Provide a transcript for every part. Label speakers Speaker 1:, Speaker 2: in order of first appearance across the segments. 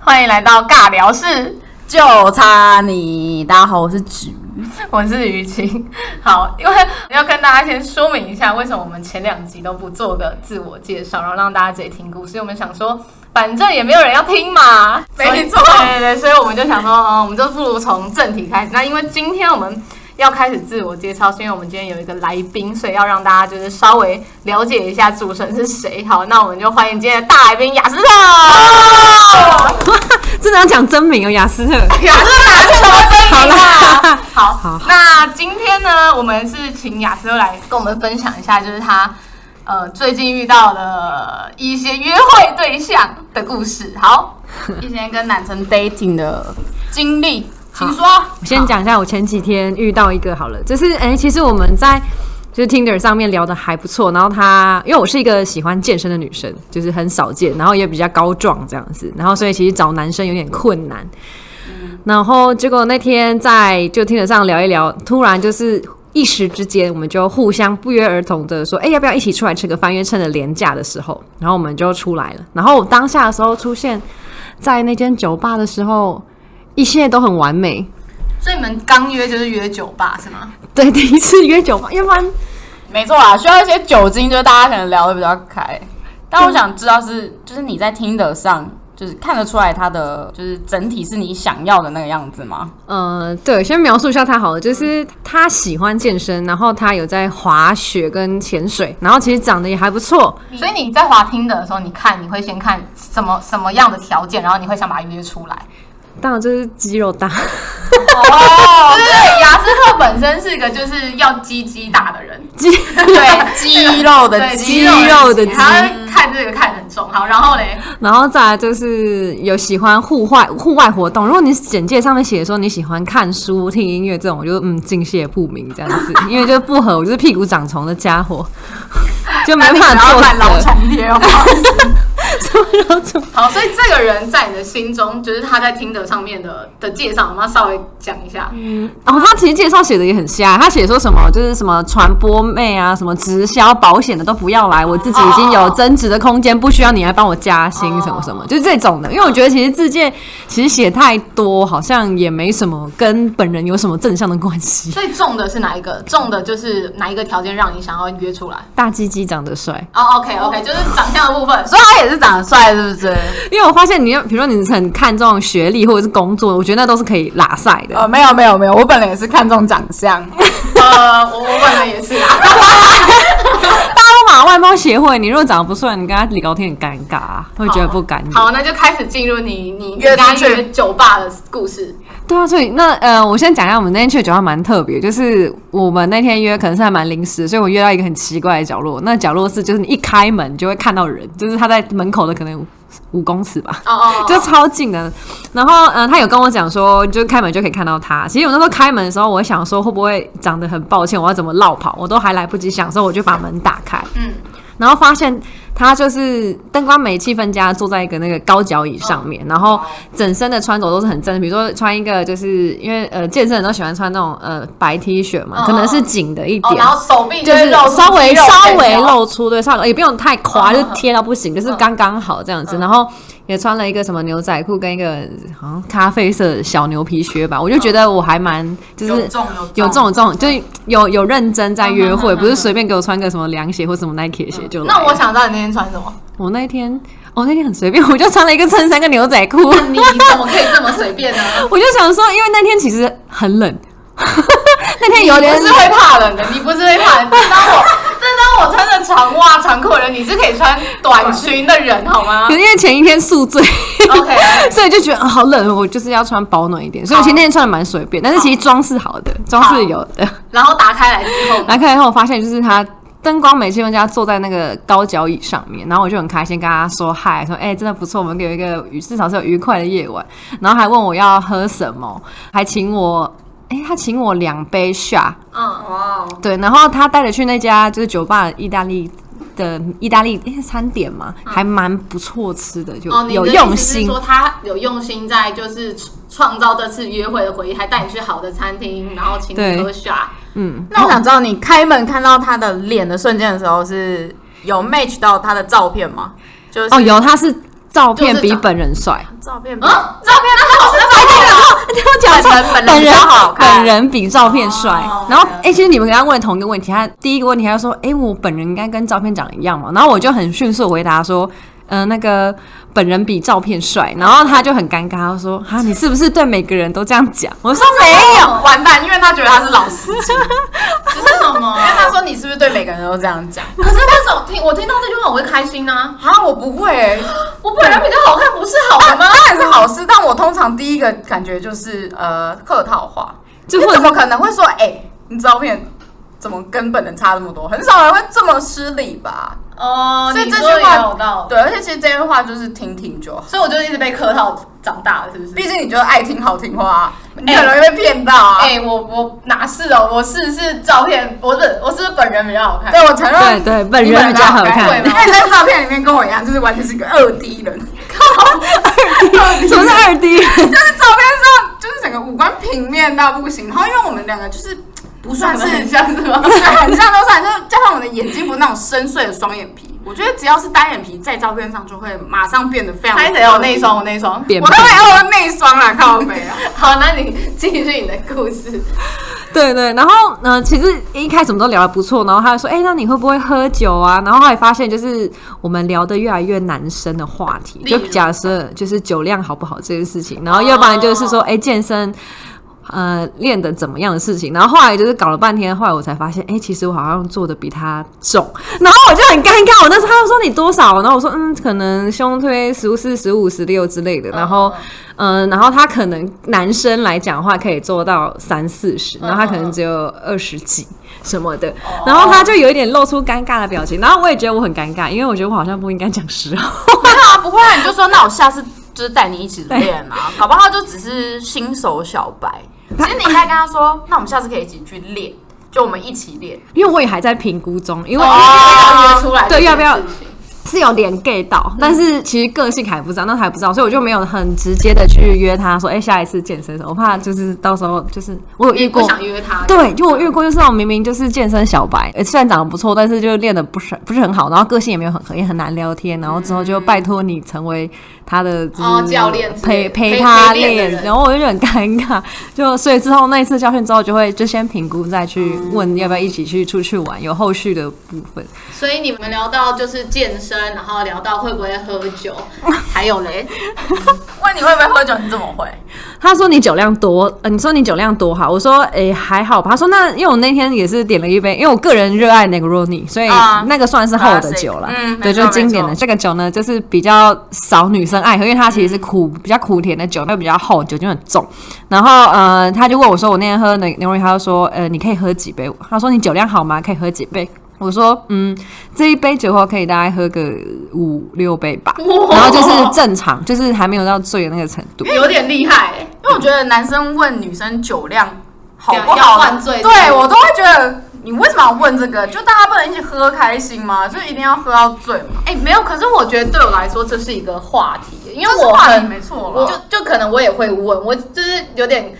Speaker 1: 欢迎来到尬聊室，
Speaker 2: 就差你。大家好，我是菊。
Speaker 1: 我是雨晴。好，因为要跟大家先说明一下，为什么我们前两集都不做个自我介绍，然后让大家直接听故事。因为我们想说，反正也没有人要听嘛，
Speaker 2: 没错
Speaker 1: 所以对对对，所以我们就想说，哦，我们就不如从正题开始。那因为今天我们。要开始自我介绍，是因为我们今天有一个来宾，所以要让大家就是稍微了解一下主持人是谁。好，那我们就欢迎今天的大来宾雅思特。
Speaker 2: 啊真的要讲真名哦，雅思特。
Speaker 1: 雅思哪是什么真名啊？ 好，
Speaker 2: 好
Speaker 1: 那今天呢，我们是请雅思来跟我们分享一下，就是他呃最近遇到的一些约会对象的故事。好，一些跟男生 dating 的经历，请说。
Speaker 2: 我先讲一下，我前几天遇到一个好了，就是哎、其实我们在就是 Tinder 上面聊的还不错，然后他因为我是一个喜欢健身的女生，就是很少见，然后也比较高壮这样子，然后所以其实找男生有点困难。然后结果那天在就 Tinder 上聊一聊，突然就是。一时之间，我们就互相不约而同的说：“哎、要不要一起出来吃个饭？”因为趁着廉价的时候，然后我们就出来了。然后我当下的时候出现在那间酒吧的时候，一切都很完美。
Speaker 1: 所以你们刚约就是约酒吧是吗？
Speaker 2: 对，第一次约酒吧，要不然
Speaker 3: 没错啊啦，需要一些酒精，就是大家可能聊得比较开。但我想知道是，就是你在听得上，就是看得出来它的就是整体是你想要的那个样子吗？
Speaker 2: 呃，对，先描述一下他好了，就是他喜欢健身，然后他有在滑雪跟潜水，然后其实长得也还不错，
Speaker 1: 所以你在滑听的时候，你看你会先看什么什么样的条件，然后你会想把它约出来。
Speaker 2: 当然就是肌肉大，
Speaker 1: 哦，对，雅思特本身是一个就是要鸡鸡大的人，
Speaker 2: 肌
Speaker 1: 对，
Speaker 3: 肌肉的
Speaker 1: 对
Speaker 2: 肌肉的肌
Speaker 1: 他看这个看得很重。好，然后嘞，
Speaker 2: 然后再来就是有喜欢户外户外活动。如果你简介上面写说你喜欢看书、听音乐这种，我就嗯敬谢不明这样子，因为就不合，我就是屁股长虫的家伙，就没
Speaker 1: 那
Speaker 2: 办
Speaker 1: 你
Speaker 2: 法
Speaker 1: 只要
Speaker 2: 做
Speaker 1: 办老
Speaker 2: 事。
Speaker 1: 重 贴哦。
Speaker 2: 然后就
Speaker 1: 好，所以这个人在你的心中，就是他在听的上面的的介绍，我们要稍微讲一下。
Speaker 2: 哦，他其实介绍写的也很瞎，他写说什么就是什么传播妹啊，什么直销、保险的都不要来，我自己已经有增值的空间，不需要你来帮我加薪什么什么，就是这种的。因为我觉得其实自荐其实写太多，好像也没什么跟本人有什么正向的关系。
Speaker 1: 最重的是哪一个？重的就是哪一个条件让你想要约出来？
Speaker 2: 大鸡鸡长得帅，
Speaker 1: 哦，OK OK，就是长相的部分。
Speaker 3: 所以他也是长得帅，是不是？
Speaker 2: 因为我发现你要，比如说你很看重学历或者是工作，我觉得那都是可以拉塞的。
Speaker 3: 呃，没有没有没有，我本人也是看重长相，
Speaker 1: 呃，我我本人也是啊。
Speaker 2: 大陆马外貌协会，你如果长得不帅，你跟他聊天很尴尬、啊，会觉得不甘
Speaker 1: 好，
Speaker 2: 好，
Speaker 1: 那就开始进入你你
Speaker 3: 约
Speaker 1: 跟他
Speaker 3: 出去
Speaker 1: 约酒吧的故事。
Speaker 2: 对啊，所以那呃，我先讲一下，我们那天去的酒吧蛮特别，就是我们那天约可能是还蛮临时，所以我约到一个很奇怪的角落。那角落是就是你一开门你就会看到人，就是他在门口的可能五公尺吧。
Speaker 1: 哦哦，
Speaker 2: 就超近的。然后，嗯、他有跟我讲说，就开门就可以看到他。其实我那时候开门的时候，我想说会不会长得很抱歉，我要怎么绕跑，我都还来不及想，所以我就把门打开。
Speaker 1: 嗯，
Speaker 2: 然后发现他就是灯光美、气氛佳，坐在一个那个高脚椅上
Speaker 1: 哦
Speaker 2: 面，然后整身的穿着都是很正，比如说穿一个就是因为呃健身人都喜欢穿那种呃白 T 恤嘛，
Speaker 1: 嗯
Speaker 2: 可能是紧的一
Speaker 1: 哦，
Speaker 2: 点，
Speaker 1: 然后手臂
Speaker 2: 就是
Speaker 1: 会露出
Speaker 2: 稍微
Speaker 1: 肌肉
Speaker 2: 稍
Speaker 1: 线
Speaker 2: 微
Speaker 1: 条
Speaker 2: 露出，对，稍微呃也不用太夸，
Speaker 1: 嗯
Speaker 2: 就是
Speaker 1: 嗯嗯
Speaker 2: 贴到不行，就是刚刚好这样子。然后也穿了一个什么牛仔裤跟一个好像咖啡色的小牛皮靴吧，我
Speaker 1: 嗯
Speaker 2: 就觉得我还蛮就是。
Speaker 3: 重
Speaker 2: 有这种这种，就是有有认真在约
Speaker 1: 嗯
Speaker 2: 会，不是随便给我穿个什么凉鞋或什么 Nike 的鞋就来了。
Speaker 1: 那我想知道你那天穿什么？
Speaker 2: 我那一天，我那天很随便， 我就穿了一个衬衫跟牛仔裤。
Speaker 1: 你怎么可以这么随便呢？
Speaker 2: 我就想说，因为那天其实 很冷，那天有点
Speaker 1: 你不是会怕冷的，你不是会怕冷。正当我正当我穿着长袜长裤的人，你是可以穿短裙的人好吗
Speaker 2: 可是因为前一天宿醉
Speaker 1: ？OK，
Speaker 2: 所以就觉得、啊好冷，我就是要穿保暖一点。所以我前天穿的蛮随便，但是其实装饰好的，装饰有 的。
Speaker 1: 然后打开来之后，
Speaker 2: 来看以后，我发现就是他灯光美气氛家坐在那个高脚椅上面，然后我就很开心跟他说嗨，说哎、真的不错，我们有一个愉至少是有愉快的夜晚，然后还问我要喝什么，还请我。哎、他请我两杯下，
Speaker 1: 嗯，
Speaker 3: 哇，
Speaker 2: 对，然后他带着去那家就是酒吧意大利的意大利、诶餐点嘛，还蛮不错吃的，就
Speaker 1: 哦，你的
Speaker 2: 有
Speaker 1: 意思
Speaker 2: 用
Speaker 1: 是
Speaker 2: 心。
Speaker 1: 说他有用心在就是创造这次约会的回忆，还带你去好的餐厅，然后请你
Speaker 2: 对
Speaker 1: 喝下。
Speaker 2: 嗯，
Speaker 3: 那我想知道，你开门看到他的脸的瞬间的时候，是有 match 到他的照片吗？就是
Speaker 2: 哦，有，他是照片比本人帅，
Speaker 1: 照片
Speaker 3: 嗯，照片那老师发
Speaker 2: 哎
Speaker 3: 现
Speaker 1: 哦
Speaker 3: 了，
Speaker 2: 对我讲错，
Speaker 1: 本人本人比较好看
Speaker 2: 本人比照片帅
Speaker 1: 哦。
Speaker 2: 然后
Speaker 1: OK，OK，
Speaker 2: 哎，其实你们刚刚问同一个问题，他第一个问题他就说，哎，我本人应该跟照片长得一样嘛？然后我就很迅速回答说。嗯，那个本人比照片帅，然后他就很尴尬，他说：“啊，你是不是对每个人都这样讲？”我说：“没有，
Speaker 1: 有完蛋，因为他觉得他是老司机。为什么？
Speaker 3: 因为他说你是不是对每个人都这样讲？
Speaker 1: 可是那种听我听到这句话，我会开心啊！
Speaker 3: 啊，我不会、欸，
Speaker 1: 我本人比较好看，不是好
Speaker 3: 我
Speaker 1: 的
Speaker 3: 们
Speaker 1: 吗？
Speaker 3: 当然是好事，但我通常第一个感觉就是呃客套话，
Speaker 2: 就
Speaker 3: 你
Speaker 2: 或者
Speaker 3: 怎么
Speaker 2: 是
Speaker 3: 可能会说哎、你照片怎么跟本人差这么多？很少人会这么失礼吧？
Speaker 1: 哦，
Speaker 3: 所以
Speaker 1: 你
Speaker 3: 这
Speaker 1: 说
Speaker 3: 句
Speaker 1: 也
Speaker 3: 话
Speaker 1: 有道理，
Speaker 3: 对，而且其实这句话就是听听就好，
Speaker 1: 所以我就一直被客套长大了，是不是？
Speaker 3: 毕竟你就是爱听好听话、啊，你
Speaker 1: 哎
Speaker 3: 很容易被骗到啊。
Speaker 1: 哎、我我哪是哦，我是是照片，我是我是本人比较好看。
Speaker 3: 对，我承
Speaker 2: 对
Speaker 3: 认，
Speaker 2: 对，本人比较好看。
Speaker 3: 你看你在照片里面跟我一样，就是完全是一个二 D 人，二 D
Speaker 2: 什么是二 D？
Speaker 3: 就是照片上就是整个五官平面到不行，然后因为我们两个就是不算是
Speaker 1: 长得 很像是吗
Speaker 3: 不是很像都算，就是加上我们的眼睛不是那种深邃的双眼皮，我觉得只要是单眼皮在照片上就会马上变得非常。
Speaker 1: 拍谁有那一啊双，我那一双。
Speaker 2: 扁
Speaker 3: 我都会有内双啦，靠背啊！
Speaker 1: 好，那你 继续你的故事。
Speaker 2: 对对，然后呃，其实一开始我们都聊得不错，然后他就说，哎、那你会不会喝酒啊？然后后来发现，就是我们聊得越来越男生的话题，
Speaker 1: 例
Speaker 2: 就
Speaker 1: 如
Speaker 2: 假设就是酒量好不好这件事情，然后要不然就是说，哎、健身。呃，练的怎么样的事情，然后后来就是搞了半天，后来我才发现，哎、其实我好像做的比他重， 然后我就很尴尬。我那时候他就说你多少，然后我说嗯，可能胸推十五、四、十五、十六之类的，然后嗯、然后他可能男生来讲的话可以做到三四十，然后他可能只有二十几什么的，然后他就有一点露出尴尬的表情，然后我也觉得我很尴尬，因为我觉得我好像不应该讲实话。
Speaker 3: 没有啊，不会啊，你就说那我下次就是带你一起练啊，搞不好就只是新手小白。其实你应该跟他说，那我们下次可以一起去练，就我们一起练。
Speaker 2: 因为我也还在评估中，因为
Speaker 3: 哦
Speaker 1: 要约出来这件事情，
Speaker 2: 哦对要不要是有点 gay
Speaker 1: 嗯
Speaker 2: 到，但是其实个性还不知道，那还不知道，所以我就没有很直接的去约他说，哎、下一次健身什么，我怕就是到时候就是我有遇
Speaker 1: 你
Speaker 2: 过
Speaker 1: 不，想约他？
Speaker 2: 对，就我遇过就是那种明明就是健身小白，呃虽然长得不错，但是就练的不是不是很好，然后个性也没有很合，也很难聊天，然后之后就拜托你成为他的就是
Speaker 1: 哦教练之类的
Speaker 2: 陪陪
Speaker 1: 陪
Speaker 2: 他
Speaker 1: 陪练的
Speaker 2: 练，
Speaker 1: 人
Speaker 2: 然后我就觉得很尴尬，就所以之后那一次教训之后，就会就先评估再去
Speaker 1: 嗯
Speaker 2: 问要不要一起去出去玩，有后续的部分。
Speaker 1: 所以你们聊到就是健身，然后聊到会不会喝酒，还有 嘞，
Speaker 3: 问你会不会喝酒，你怎么会？
Speaker 2: 他说你酒量多，呃，你说你酒量多好，我说诶、还好吧。他说那因为我那天也是点了一杯，因为我个人热爱 Negroni，所以
Speaker 3: 啊
Speaker 2: 那个算是厚的酒了，
Speaker 3: Classic，嗯没错
Speaker 2: 对，就是经典的
Speaker 3: 没错
Speaker 2: 这个酒呢，就是比较少女生爱喝，因为它其
Speaker 3: 嗯
Speaker 2: 实是苦，比较苦甜的酒，那比较厚，酒精很重。然后呃，他就问我说我那天喝 Negroni，他就说呃你可以喝几杯，他说你酒量好吗？可以喝几杯？我说嗯，这一杯酒后可以大概喝个五六杯吧，然后就是正常，就是还没有到醉的那个程度。
Speaker 1: 有点厉害、欸。
Speaker 3: 因为我觉得男生问女生酒量好不
Speaker 1: 要要
Speaker 3: 好，
Speaker 1: 灌醉
Speaker 3: 对我都会觉得你为什么要问这个？就大家不能一起喝开心吗？就一定要喝到醉吗？
Speaker 1: 哎、没有，可是我觉得对我来说这是一个话题，啊因
Speaker 3: 这
Speaker 1: 为
Speaker 3: 是
Speaker 1: 我
Speaker 3: 话题
Speaker 1: 很
Speaker 3: 没错
Speaker 1: 我
Speaker 3: 了，
Speaker 1: 就就可能我也会问，我就是有点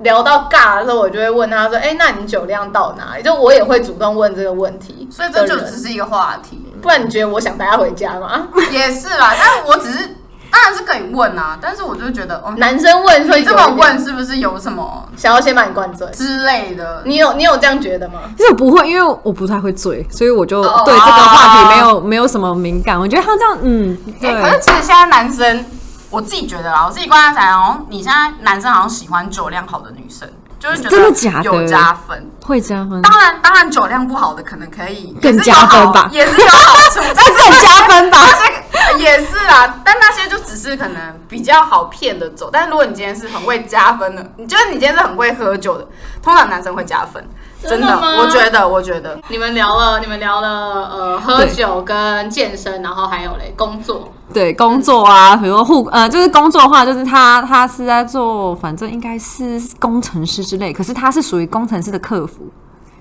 Speaker 1: 聊到尬的时候，我就会问他说：“哎、那你酒量到哪里？”就我也会主动问这个问题，
Speaker 3: 所以这就只是一个话题，
Speaker 1: 不然你觉得我想带他回家吗？
Speaker 3: 也是啦。但我只是当然是可以问啊，但是我就觉得哦，
Speaker 1: 男生问会
Speaker 3: 你这么，问是不是有什么
Speaker 1: 想要先把你灌醉，
Speaker 3: 之类的？
Speaker 1: 你有你有这样觉得吗？
Speaker 2: 其实我不会，因为我不太会醉，所以我就
Speaker 3: 哦
Speaker 2: 对这个话题没有没有什么敏感。我觉得他这样，嗯，对，
Speaker 3: 欸可是其实现在男生，我自己觉得啦，我自己观察起来，好像你现在男生好像喜欢酒量好的女生，就是觉得
Speaker 2: 真的假的
Speaker 3: 有加分。
Speaker 2: 会加分，
Speaker 3: 当然，当然酒量不好的可能可以
Speaker 2: 更
Speaker 3: 也是有
Speaker 2: 加分
Speaker 3: 好
Speaker 2: 吧
Speaker 3: 也是有好 处，
Speaker 2: 那更加分 吧。
Speaker 3: 但是也是啦。但那些就只是可能比较好骗的走。但如果你今天是很会加分的，你觉得你今天是很会喝酒的，通常男生会加分，真
Speaker 1: 真的吗
Speaker 3: 我觉得，我觉得。
Speaker 1: 你们聊了，你们聊了，呃，喝
Speaker 2: 对
Speaker 1: 酒跟健身，然后还有嘞工作，
Speaker 2: 对工作啊，比如说护呃，就是工作的话，就是他他是在做，反正应该是工程师之类，可是他是属于工程师的客服，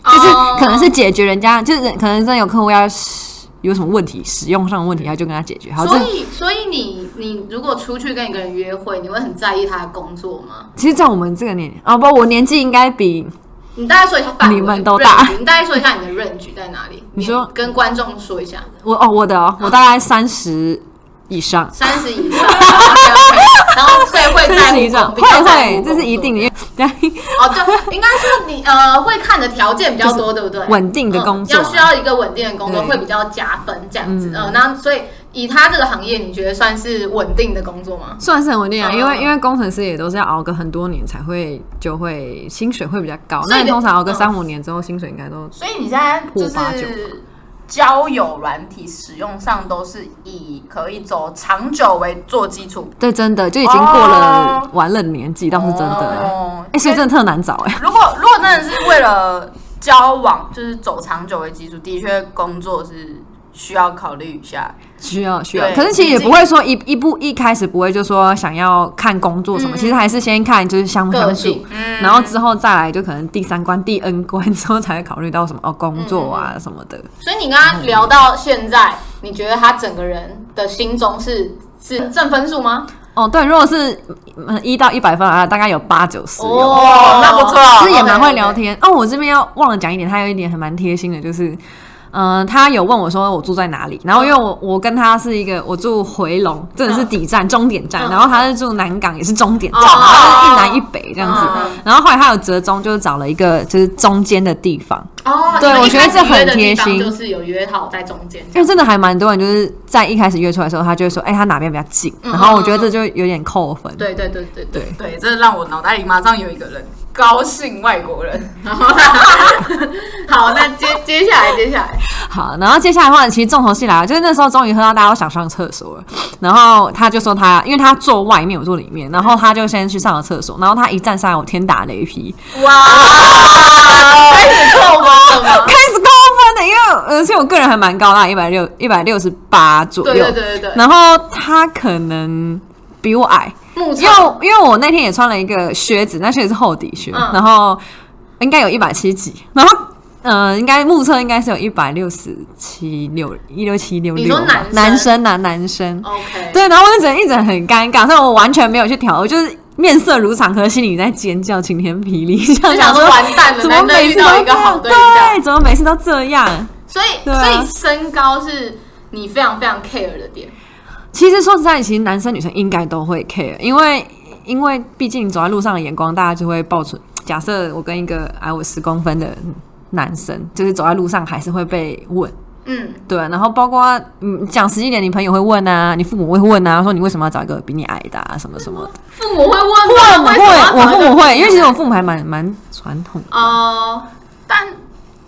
Speaker 2: 就是
Speaker 1: 哦
Speaker 2: 可能是解决人家，就是可能真的有客户要使有什么问题，使用上的问题，他就跟他解决。好，这
Speaker 1: 所以，所以你你如果出去跟一个人约会，你会很在意他的工作吗？
Speaker 2: 其实，在我们这个年龄啊，不，我年纪应该比
Speaker 1: 你大概说一下范围，
Speaker 2: 你们都大
Speaker 1: range，你大概说一下你的 range 在哪里？
Speaker 2: 你说
Speaker 1: 跟观众说一下，
Speaker 2: 我哦，我的哦，我大概三十以上。
Speaker 1: 三十 以上，然后没有会，然后所以会在
Speaker 2: 三
Speaker 1: 乎
Speaker 2: 十以上，
Speaker 1: 比
Speaker 2: 会
Speaker 1: 较在乎
Speaker 2: 会，这
Speaker 1: 工
Speaker 2: 是
Speaker 1: 作
Speaker 2: 一定的，因为对
Speaker 1: 哦， 对，应该说你呃会看的条件比较多，对不对？
Speaker 2: 稳定的工作啊
Speaker 1: 嗯要需要一个稳定的工作
Speaker 2: 对
Speaker 1: 会比较加分这样子。嗯，那所以以他这个行业，你觉得算是稳定的工作吗？
Speaker 2: 算是很稳定啊，
Speaker 1: 嗯
Speaker 2: 因为因为工程师也都是要熬个很多年才会就会薪水会比较高，
Speaker 1: 所以
Speaker 2: 那你通常熬个
Speaker 1: 嗯
Speaker 2: 三五年之后，薪水应该都
Speaker 3: 所以你现在就
Speaker 2: 破八九
Speaker 3: 是交友软体使用上都是以可以走长久为做基础，
Speaker 2: 对，真的就已经过了
Speaker 3: 哦
Speaker 2: 玩乐的年纪，倒是真的。
Speaker 3: 哦
Speaker 2: 哎，所以真的特难找哎，
Speaker 3: 如果如果真的是为了交往，就是走长久为基础，的确工作是需要考虑一下。
Speaker 2: 需要需要。
Speaker 3: 对
Speaker 2: 可是其实也不会说一一步一开始不会就说想要看工作什么，其实还是先看就是相不相
Speaker 1: 嗯个
Speaker 2: 处
Speaker 1: 性，嗯
Speaker 2: 然后之后再来就可能第三关、第 N 关之后才会考虑到什么哦工作
Speaker 1: 嗯
Speaker 2: 啊什么的。
Speaker 1: 所以你跟他聊到现在，你觉得他整个人的心中是是正分数吗？
Speaker 2: 哦，对，如果是嗯一到一百分啊，大概有八九十有。
Speaker 3: 哦那不错
Speaker 2: 就是也蛮会聊。天哦。我这边要忘了讲一点，他有一点还蛮贴心的，就是，嗯、他有问我说我住在哪里，然后因为我我跟他是一个我住回龙，真的是底站终点站，
Speaker 1: 嗯
Speaker 2: 然后他是住南港，也是终点站，
Speaker 1: 哦
Speaker 2: 然后就是一南一北这样子
Speaker 1: 嗯。
Speaker 2: 然后后来他有折中，就是找了一个就是中间的地方，
Speaker 1: 哦，
Speaker 2: 对
Speaker 1: 因为
Speaker 2: 我
Speaker 1: 一
Speaker 2: 觉得
Speaker 1: 开始
Speaker 2: 这很
Speaker 1: 约的地
Speaker 2: 贴
Speaker 1: 方
Speaker 2: 心嗯
Speaker 1: 就是有约好在中间这
Speaker 2: 因
Speaker 1: 样。
Speaker 2: 为真的还蛮多人就是在一开始约出来的时候，他就会说，哎、他哪边比较近，
Speaker 1: 嗯
Speaker 2: 然后我觉得这就有点扣分。
Speaker 1: 对对对对对，
Speaker 2: 对
Speaker 3: 对，这让我脑袋里马上有一个人，高兴外国 人。
Speaker 1: 好，那接接下来接下来，
Speaker 2: 好，然后接下来的话，其实重头戏来了，就是那时候终于喝到大家都想上厕所了。然后他就说他，因为他坐外面，我坐里面，然后他就先去上了厕所。然后他一站上来，我天打雷 劈，
Speaker 1: 哇，
Speaker 2: 哎
Speaker 1: 开始扣分了吗
Speaker 2: 开？始扣分的，因为而且我个人还蛮高大，一百六一百六十八左 右。
Speaker 1: 对对对对对，
Speaker 2: 然后他可能比我矮，
Speaker 1: 目
Speaker 2: 因
Speaker 1: 测
Speaker 2: 为因为我那天也穿了一个靴子，那靴子是厚底靴，
Speaker 1: 嗯
Speaker 2: 然后应该有一百七几，然后。呃，应该目测应该是有一百六十七六一六七六
Speaker 1: 你
Speaker 2: 六
Speaker 1: 说，男生
Speaker 2: 男生男男生，
Speaker 1: OK，
Speaker 2: 对，然后我就整一整很尴尬，所以我完全没有去调，我就是面色如常，和心里在尖叫晴天霹雳，
Speaker 1: 就
Speaker 2: 就
Speaker 1: 想说完蛋了，
Speaker 2: 怎么
Speaker 1: 难得
Speaker 2: 每
Speaker 1: 遇
Speaker 2: 次都
Speaker 1: 到一
Speaker 2: 这
Speaker 1: 个好
Speaker 2: 样？
Speaker 1: 对象。
Speaker 2: 对，怎么每次都这样？
Speaker 1: 所以，
Speaker 2: 对啊
Speaker 1: 所以身高是你非常非常 care 的点。
Speaker 2: 其实说实在，其实男生女生应该都会 care，因为因为毕竟走在路上的眼光，大家就会抱存。假设我跟一个矮我十公分的男生，就是走在路上还是会被问。
Speaker 1: 嗯，
Speaker 2: 对啊，然后包括嗯，讲实际点，你朋友会问啊，你父母会问啊，说你为什么要找一个比你矮的啊，什么什么的。
Speaker 1: 父母会问
Speaker 2: 会，
Speaker 1: 吗？
Speaker 2: 我
Speaker 1: 为什么要
Speaker 2: 会，我
Speaker 1: 找一
Speaker 2: 父
Speaker 1: 个
Speaker 2: 母会，因为其实我父母还蛮蛮传统的，
Speaker 1: 哦，
Speaker 3: 但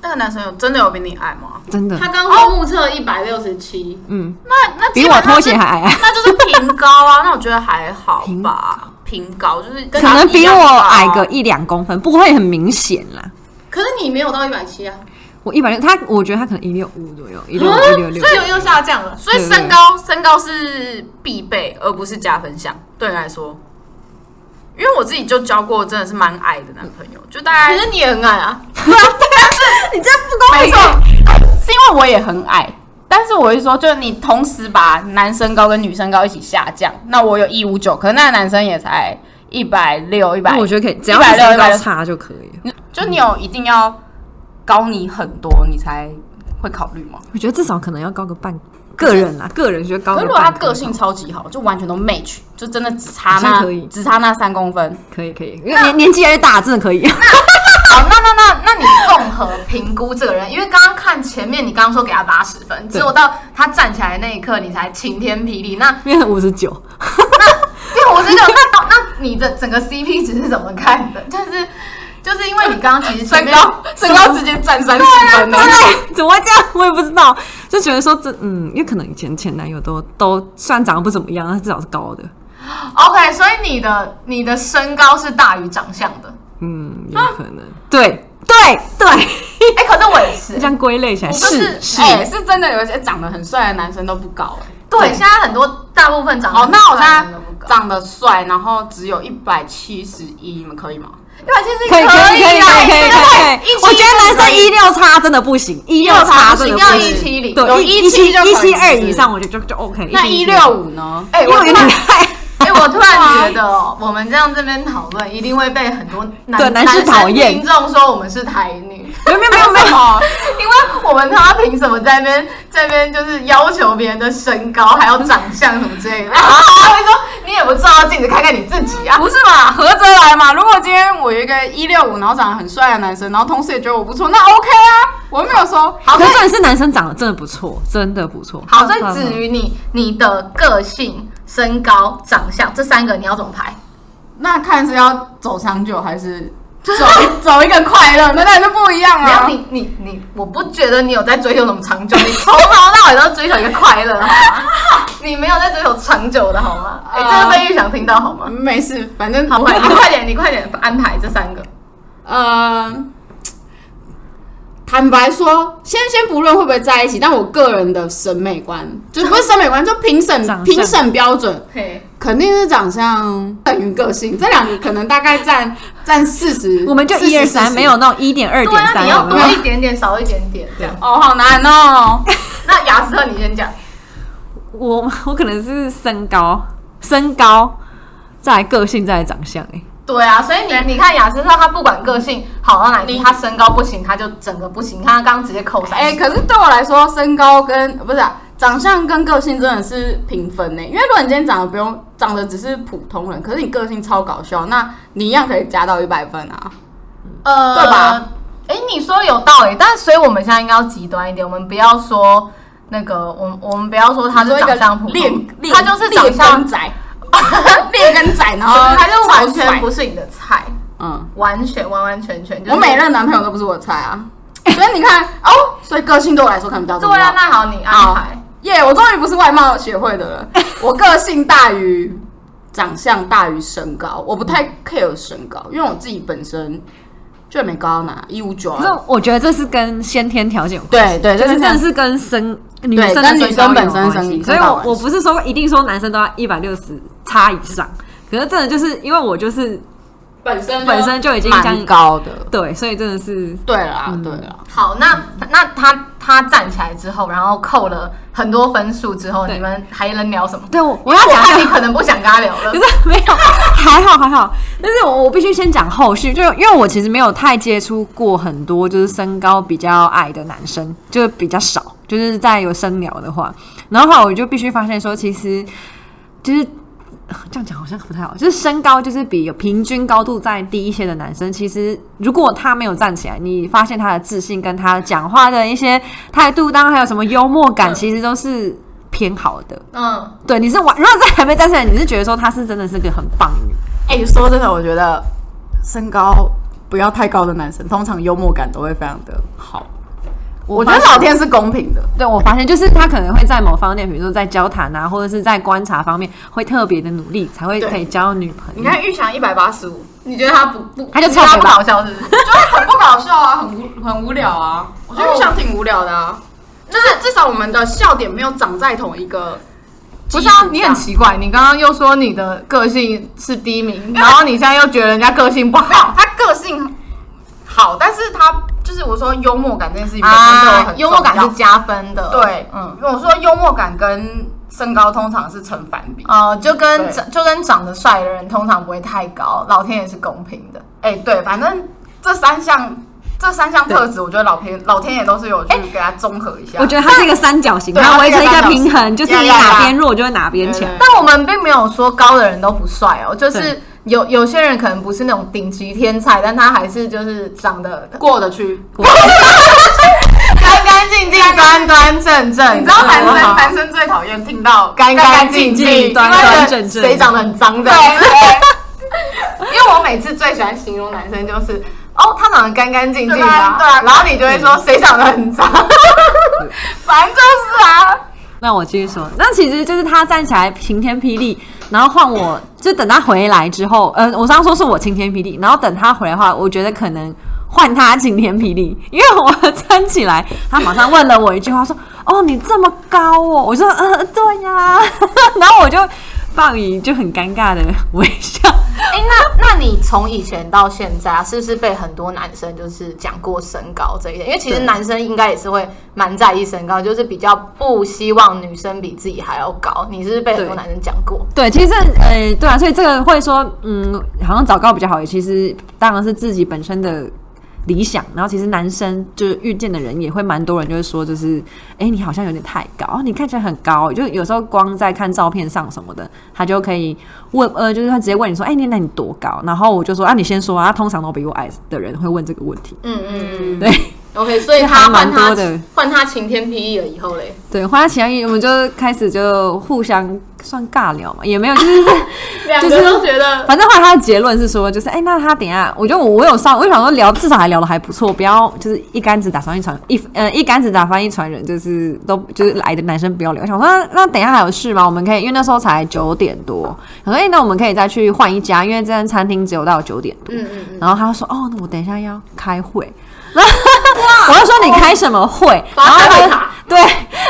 Speaker 3: 那个男生有真的有比你矮吗？
Speaker 2: 真的
Speaker 1: 他，刚刚目测一百六十七，
Speaker 2: 嗯，
Speaker 3: 那那
Speaker 2: 比
Speaker 3: 基
Speaker 2: 我
Speaker 3: 本上
Speaker 2: 拖
Speaker 3: 是
Speaker 2: 鞋还矮啊，
Speaker 3: 那就是平高啊。那我觉得还好吧，平高就是跟
Speaker 2: 可能比我矮
Speaker 3: 一样高
Speaker 2: 个
Speaker 3: 啊。
Speaker 2: 一两公分，不会很明显啦。
Speaker 1: 可是你没有到一百七啊，
Speaker 2: 我一百六，他我觉得他可能一六五左右，一六
Speaker 1: 啊
Speaker 2: 五一六六
Speaker 1: 所。以又下降了。
Speaker 3: 所以身高身高是必备，而不是加分项。对你来说，因为我自己就交过真的是蛮矮的男朋友，就大概
Speaker 1: 可是你也很矮啊，
Speaker 2: 你这样不公
Speaker 3: 没错，是因为我也很矮。但是我会说，就是你同时把男生高跟女生高一起下降，那我有一五九，可是那个男生也才一百六、一百
Speaker 2: 那，我觉得可以，只要
Speaker 3: 160
Speaker 2: 是身高
Speaker 3: 160
Speaker 2: 差就可以了。
Speaker 3: 就你有一定要高你很多，你才会考虑吗？
Speaker 2: 我觉得至少可能要高个半，个人啦，个人觉得高
Speaker 3: 可
Speaker 2: 个
Speaker 3: 是如
Speaker 2: 半公
Speaker 3: 果
Speaker 2: 分。
Speaker 3: 他个性超级好，就完全都 match，就真的只差
Speaker 2: 好像
Speaker 3: 那
Speaker 2: 可以
Speaker 3: 只差那三公分。
Speaker 2: 可以可以，因为年年纪越来越大，真的可以。
Speaker 1: 好，那那那那你综合评估这个人，因为刚刚看前面你刚刚说给他八十分，只有到他站起来那一刻你才晴天霹雳，那
Speaker 2: 因为五 十九，
Speaker 1: 对，我知道。那到那你的整个 CP 值是怎么看的？就是就是因为你刚刚其实前
Speaker 3: 身
Speaker 1: 面
Speaker 3: 高身高直接占三十分呢，
Speaker 2: 对， 怎么会这样？我也不知道，就觉得说这嗯，因为可能以前前男友都都虽然长得不怎么样，但至少是高的。
Speaker 1: OK，所以你的你的身高是大于长相的。
Speaker 2: 嗯，有可能。对对对，
Speaker 1: 哎、可是我也是
Speaker 2: 这。样归类起来
Speaker 1: 我不是
Speaker 2: 是是。
Speaker 3: 哎、啊是真的有一些长得很帅的男生都不高、哎。
Speaker 1: 对，哦现在很多大部分长得
Speaker 3: 好，那我现
Speaker 1: 帅的人都不高
Speaker 3: 在长得帅，然后只有一百七十一，你们可以吗？
Speaker 1: 对，其实
Speaker 2: 可以可以可以
Speaker 1: 啦
Speaker 2: 可以可以可以，我觉得男生一
Speaker 1: 一
Speaker 2: 六差真的不行，一六差真的
Speaker 1: 要
Speaker 2: 行。
Speaker 1: 170
Speaker 2: 对，
Speaker 3: 有
Speaker 2: 一
Speaker 3: 170
Speaker 2: 七
Speaker 3: 就可以
Speaker 2: 一七二
Speaker 3: 是不是
Speaker 2: 以上我觉得就就 OK。
Speaker 3: 那一
Speaker 2: 170
Speaker 3: 六，五呢？
Speaker 1: 哎、
Speaker 2: 因为
Speaker 1: 我
Speaker 2: 我有点
Speaker 1: 看
Speaker 2: 太
Speaker 1: 哎、我我突然觉得哦，我们这样这边讨论，一定会被很多男
Speaker 2: 对男士讨
Speaker 1: 男
Speaker 2: 厌
Speaker 1: 生听众说我们是台女，
Speaker 2: 没有没有没有没有，
Speaker 1: 因为我们他妈凭什么在那边在那边就是要求别人的身高还有长相什么之 类的？然后他会说你也不照照镜子看看你自己啊，
Speaker 3: 不是嘛，合着来嘛。如果今天我有一个一六五，然后长得很帅的男生，然后同事也觉得我不错，那 OK 啊，我又没有说
Speaker 2: 好，可是重点是男生长得真的不错，真的不错。
Speaker 1: 好，所以至于你你的个性、身高、长相这三个，你要怎么 排？
Speaker 3: 那看是要走长久还是走走一个快乐，那当然就不一样
Speaker 1: 没有
Speaker 3: 啊。
Speaker 1: 你你你，我不觉得你有在追求什么长久，你从头到尾都追求一个快乐，好吗？ 你没有在追求长久的好吗？哎、这个被玉想听到好吗？
Speaker 3: 没事，反正
Speaker 1: 好，快你快点，你快点安排这三个。
Speaker 3: 呃，坦白说，先先不论会不会在一起，但我个人的审美观，就不是审美观，就评审
Speaker 2: 长相
Speaker 3: 评审标准，
Speaker 1: 嘿，
Speaker 3: 肯定是长相等于个性，这两个可能大概占占四十，
Speaker 2: 我们就一二三，
Speaker 3: 40
Speaker 2: 没有。那种一点二
Speaker 1: 对
Speaker 2: 点
Speaker 1: 啊，
Speaker 2: 三，
Speaker 1: 你
Speaker 2: 有
Speaker 1: 要
Speaker 2: 没
Speaker 1: 多
Speaker 2: 有？
Speaker 1: 一点点，少一点点这样。
Speaker 3: 哦，好难哦！
Speaker 1: 那雅思特你先讲，
Speaker 2: 我我可能是身高，身高，再来个性，再来长相、欸，
Speaker 1: 对啊，所以你你看雅思特他不管个性好到哪里，他身高不行，他就整个不行。你看他刚刚直接扣三，
Speaker 3: 哎、可是对我来说，身高跟不是、啊、长相跟个性真的是平分呢。因为如果你今天长得不用长得只是普通人，可是你个性超搞笑，那你一样可以加到一百分啊。
Speaker 1: 呃，
Speaker 3: 对吧？
Speaker 1: 哎，你说有道理，但所以我们现在应该要极端一点，我们不要说那个，我们我们不要说他是长相普
Speaker 3: 练
Speaker 1: 通，
Speaker 3: 练
Speaker 1: 他就是长
Speaker 3: 劣根
Speaker 1: 相，
Speaker 3: 仔， 劣根仔，然后
Speaker 1: 他就完
Speaker 3: 超
Speaker 1: 全
Speaker 3: 帅
Speaker 1: 不是你的菜，
Speaker 3: 嗯，
Speaker 1: 完全完完全全。就是
Speaker 3: 我每任男朋友都不是我的菜啊。所以你看哦，所以个性对我来说可能比较重
Speaker 1: 对
Speaker 3: 要。
Speaker 1: 啊，那好，你安排。
Speaker 3: 耶我终于不是外貌协会的了，我个性大于长相大于身高，我不太 care 身高，因为我自己本身就没高到哪，一五九
Speaker 2: 可是
Speaker 3: 啊。
Speaker 2: 我觉得这是跟先天条件有关。
Speaker 3: 对对，
Speaker 2: 就
Speaker 3: 这
Speaker 2: 是
Speaker 3: 是
Speaker 2: 真的是跟身女
Speaker 3: 对
Speaker 2: 生的
Speaker 3: 跟女
Speaker 2: 身高
Speaker 3: 生
Speaker 2: 有
Speaker 3: 本身
Speaker 2: 关
Speaker 3: 身
Speaker 2: 系
Speaker 3: 身
Speaker 2: 所以
Speaker 3: 高有
Speaker 2: 我
Speaker 3: 关
Speaker 2: 我不是说一定说男生都要一百六十差以上，可是真的就是因为我就是
Speaker 3: 本身
Speaker 2: 本身就已经将
Speaker 3: 蛮高的。
Speaker 2: 对，所以真的是
Speaker 3: 对啦，对啦，
Speaker 1: 好，那那他他站起来之后，然后扣了很多分数之后，
Speaker 2: 对
Speaker 1: 你们还能聊什么？
Speaker 2: 对我我
Speaker 1: 因
Speaker 2: 要
Speaker 1: 为我
Speaker 2: 讲
Speaker 1: 看
Speaker 2: 一
Speaker 1: 你
Speaker 2: 下，
Speaker 1: 可能不想跟他聊 了
Speaker 2: 可。是没有还好还好，但是我我必须先讲后续，就因为我其实没有太接触过很多就是身高比较矮的男生，就是比较少，就是在有深聊的话，然后后来我就必须发现说，其实就是这样讲好像不太好，就是身高就是比有平均高度再低一些的男生，其实如果他没有站起来，你发现他的自信跟他讲话的一些态度，当然还有什么幽默感，其实都是偏好的。
Speaker 1: 嗯，
Speaker 2: 对，你是完，如果是还没站起来，你是觉得说她是真的是个很棒的女人，
Speaker 3: 哎、说真的，我觉得身高不要太高的男生，通常幽默感都会非常的好。我觉得
Speaker 2: 发现
Speaker 3: 老天是公平的，
Speaker 2: 对我发现就是她可能会在某方面，比如说在交谈啊，或者是在观察方面，会特别的努力，才会
Speaker 3: 对
Speaker 2: 可以交到女朋
Speaker 3: 你
Speaker 2: 友。
Speaker 3: 看玉祥一百八十五，
Speaker 1: 你觉得他不不，
Speaker 2: 他就
Speaker 1: 你觉得他
Speaker 2: 臭
Speaker 1: 不
Speaker 2: 美吧
Speaker 1: 搞笑是不是？
Speaker 3: 就很不搞笑啊，很无很无聊啊。我觉得
Speaker 1: 哦
Speaker 3: 玉祥挺无聊的啊，就是至少我们的笑点没有长在同一个。
Speaker 1: 不是啊，你很奇怪，你刚刚又说你的个性是低迷，然后你现在又觉得人家个性不好
Speaker 4: 他个性好，但是他就是我说幽默感这件事情本身对我
Speaker 1: 啊
Speaker 4: 很，重要
Speaker 1: 幽默感是加分的。
Speaker 4: 对，
Speaker 1: 嗯
Speaker 4: 嗯，我说幽默感跟身高通常是成反
Speaker 3: 嗯
Speaker 4: 比。
Speaker 1: 呃，就跟
Speaker 4: 对
Speaker 1: 长就跟长得帅的人通常不会太高，老天也是公平的。
Speaker 4: 哎、对，反正这三项这三项特质，我觉得老天老天爷都是有去给他综合
Speaker 3: 哎
Speaker 4: 一下。
Speaker 2: 我觉得她是一个三角形，
Speaker 4: 对
Speaker 2: 她维持
Speaker 4: 她是
Speaker 2: 一
Speaker 4: 一个
Speaker 2: 个
Speaker 4: 三角形
Speaker 2: 平衡，就是你
Speaker 4: 呀呀呀
Speaker 2: 哪边弱就会哪边强。
Speaker 1: 但我们并没有说高的人都不帅哦，就是
Speaker 2: 对
Speaker 1: 有有些人可能不是那种顶级天才，但他还是就是长得
Speaker 3: 过得去，
Speaker 1: 干干净净、端端正正。你哦
Speaker 4: 你知道男生、
Speaker 3: 嗯
Speaker 1: 干
Speaker 4: 男生最讨厌听到
Speaker 1: 干干净
Speaker 2: 干干净
Speaker 1: 净、
Speaker 2: 净端端正正
Speaker 1: 因为谁长得很脏的？
Speaker 4: 对
Speaker 1: 因为我每次最喜欢形容男生就是，哦，他长得干干净净的啊，
Speaker 4: 对啊对啊
Speaker 1: 然后你就会说谁长得很 脏，反正就是啊，
Speaker 2: 那我继续说，那其实就是她站起来晴天霹雳，然后换我，就等她回来之后，呃，我刚刚说是我晴天霹雳，然后等她回来的话，我觉得可能换她晴天霹雳，因为我站起来，她马上问了我一句话，说：“哦，你这么高哦。”我说：“ 呃，对呀。”然后我就放以就很尴尬的微笑，
Speaker 1: 哎、那那你从以前到现在啊，是不是被很多男生就是讲过身高这一点？因为其实男生应该也是会蛮在意身高，就是比较不希望女生比自己还要高。你是不是被很多
Speaker 2: 对
Speaker 1: 男生讲过？
Speaker 2: 对，其实这呃，对啊，所以这个会说，嗯，好像早高比较好，其实当然是自己本身的理想。然后其实男生就是遇见的人也会蛮多人就会说，就是哎，你好像有点太高，哦你看起来很高，就有时候光在看照片上什么的，他就可以问，呃，就是他直接问你说，哎，你那你多高？然后我就说啊，你先说啊，通常都比我矮的人会问这个问题，
Speaker 1: 嗯嗯嗯
Speaker 2: 对。
Speaker 1: ，OK，所以
Speaker 2: 这
Speaker 1: 他
Speaker 2: 还
Speaker 1: 换
Speaker 2: 蛮
Speaker 1: 他
Speaker 2: 多的
Speaker 1: 换他晴天霹雳了以后嘞，
Speaker 2: 对，花旗我们就开始就互相算尬聊嘛，也没有，就是
Speaker 1: 两
Speaker 2: 个都
Speaker 1: 觉得
Speaker 2: 反正后来他的结论是说，就是哎、那他等一下，我觉得我我有上，我就想说聊，至少还聊得还不错，不要就是一竿子打翻一船一呃一竿子打翻一船人，就是都就是来的男生不要聊。我想说那那等一下还有事吗？我们可以，因为那时候才九点多，我说哎、那我们可以再去换一家，因为这间餐厅只有到九点多。
Speaker 1: 嗯嗯嗯，
Speaker 2: 然后他说哦，那我等一下要开会。我就说你开什么会？然后
Speaker 1: 发
Speaker 2: 他
Speaker 1: 会
Speaker 2: 就
Speaker 1: 卡
Speaker 2: 对，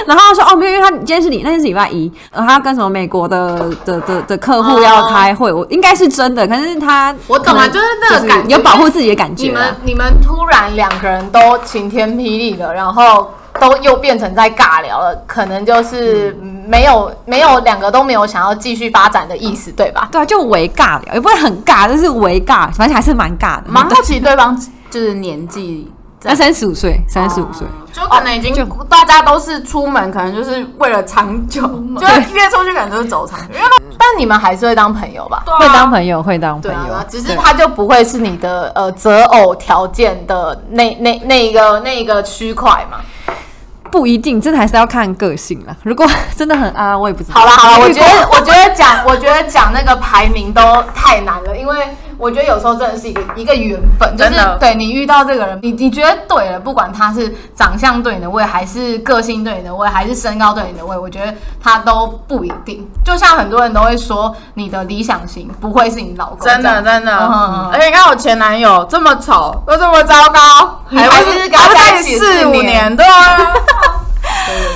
Speaker 2: 然后他说哦没有，因为他今天是礼，那天是礼拜一，然后他跟什么美国的的的的客户要开会，我应该是真的，可是他
Speaker 1: 我懂了
Speaker 2: 可能
Speaker 1: 就是那个
Speaker 2: 就
Speaker 1: 感觉
Speaker 2: 有保护自己的感
Speaker 1: 你
Speaker 2: 觉啊
Speaker 1: 们。你们突然两个人都晴天霹雳了，然后都又变成在尬聊了，可能就是
Speaker 3: 嗯
Speaker 1: 没有、没有两个都没有想要继续发展的意思，对吧？
Speaker 2: 对啊，就微尬聊，也不会很尬，就是微尬，反正还是蛮尬的。
Speaker 3: 蛮好奇对方 就是年纪在
Speaker 2: 那三十五岁，三十五 岁，
Speaker 1: 哦
Speaker 3: 就可能已经、大家都是出门，可能就是为了长久，就是约出去可能就是走长久。因为
Speaker 1: 但你们还是会当朋友吧？
Speaker 2: 会当朋友，会当朋
Speaker 1: 对
Speaker 2: 友
Speaker 1: 啊，，只是他就不会是你的呃择偶条件的那那那一个那一个区块嘛。
Speaker 2: 不一定，真的还是要看个性啦。如果真的很啊，我也不知道。
Speaker 1: 好了好了，我
Speaker 2: 遇
Speaker 1: 觉
Speaker 2: 过
Speaker 1: 得我觉得讲我觉得讲那个排名都太难了，因为我觉得有时候真的是一个一个缘分，就是
Speaker 3: 真的
Speaker 1: 对你遇到这个人，你你觉得对了，不管他是长相对你的胃，还是个性对你的胃，还是身高对你的胃，我觉得他都不一定。就像很多人都会说，你的理想型不会是你老公，
Speaker 4: 真
Speaker 1: 这样
Speaker 4: 的真的
Speaker 1: 嗯嗯嗯，
Speaker 4: 而且你看我前男友这么丑，又这么糟糕，
Speaker 1: 你还
Speaker 4: 不
Speaker 1: 是跟他
Speaker 4: 还不
Speaker 1: 在
Speaker 4: 在
Speaker 1: 一起
Speaker 4: 四
Speaker 1: 四
Speaker 4: 五
Speaker 1: 年
Speaker 4: 年，对啊，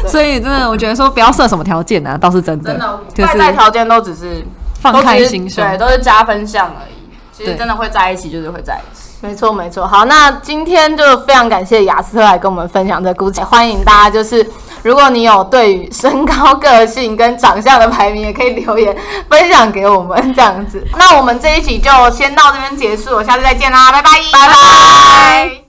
Speaker 2: 所以真的，我觉得说不要设什么条件啊，倒是真的，
Speaker 3: 真的
Speaker 2: 就
Speaker 3: 外
Speaker 2: 是
Speaker 3: 在条件都只是
Speaker 2: 放
Speaker 3: 都
Speaker 2: 开
Speaker 3: 只是
Speaker 2: 心胸。
Speaker 3: 对，都是加分项而已。其实
Speaker 2: 对
Speaker 3: 真的会在一起，就是会在一起。
Speaker 1: 没错，没错。好，那今天就非常感谢雅思特来跟我们分享这故事，欢迎大家就是，如果你有对于身高、个性跟长相的排名，也可以留言分享给我们这样子。那我们这一集就先到这边结束，我下次再见啦，拜拜，拜拜。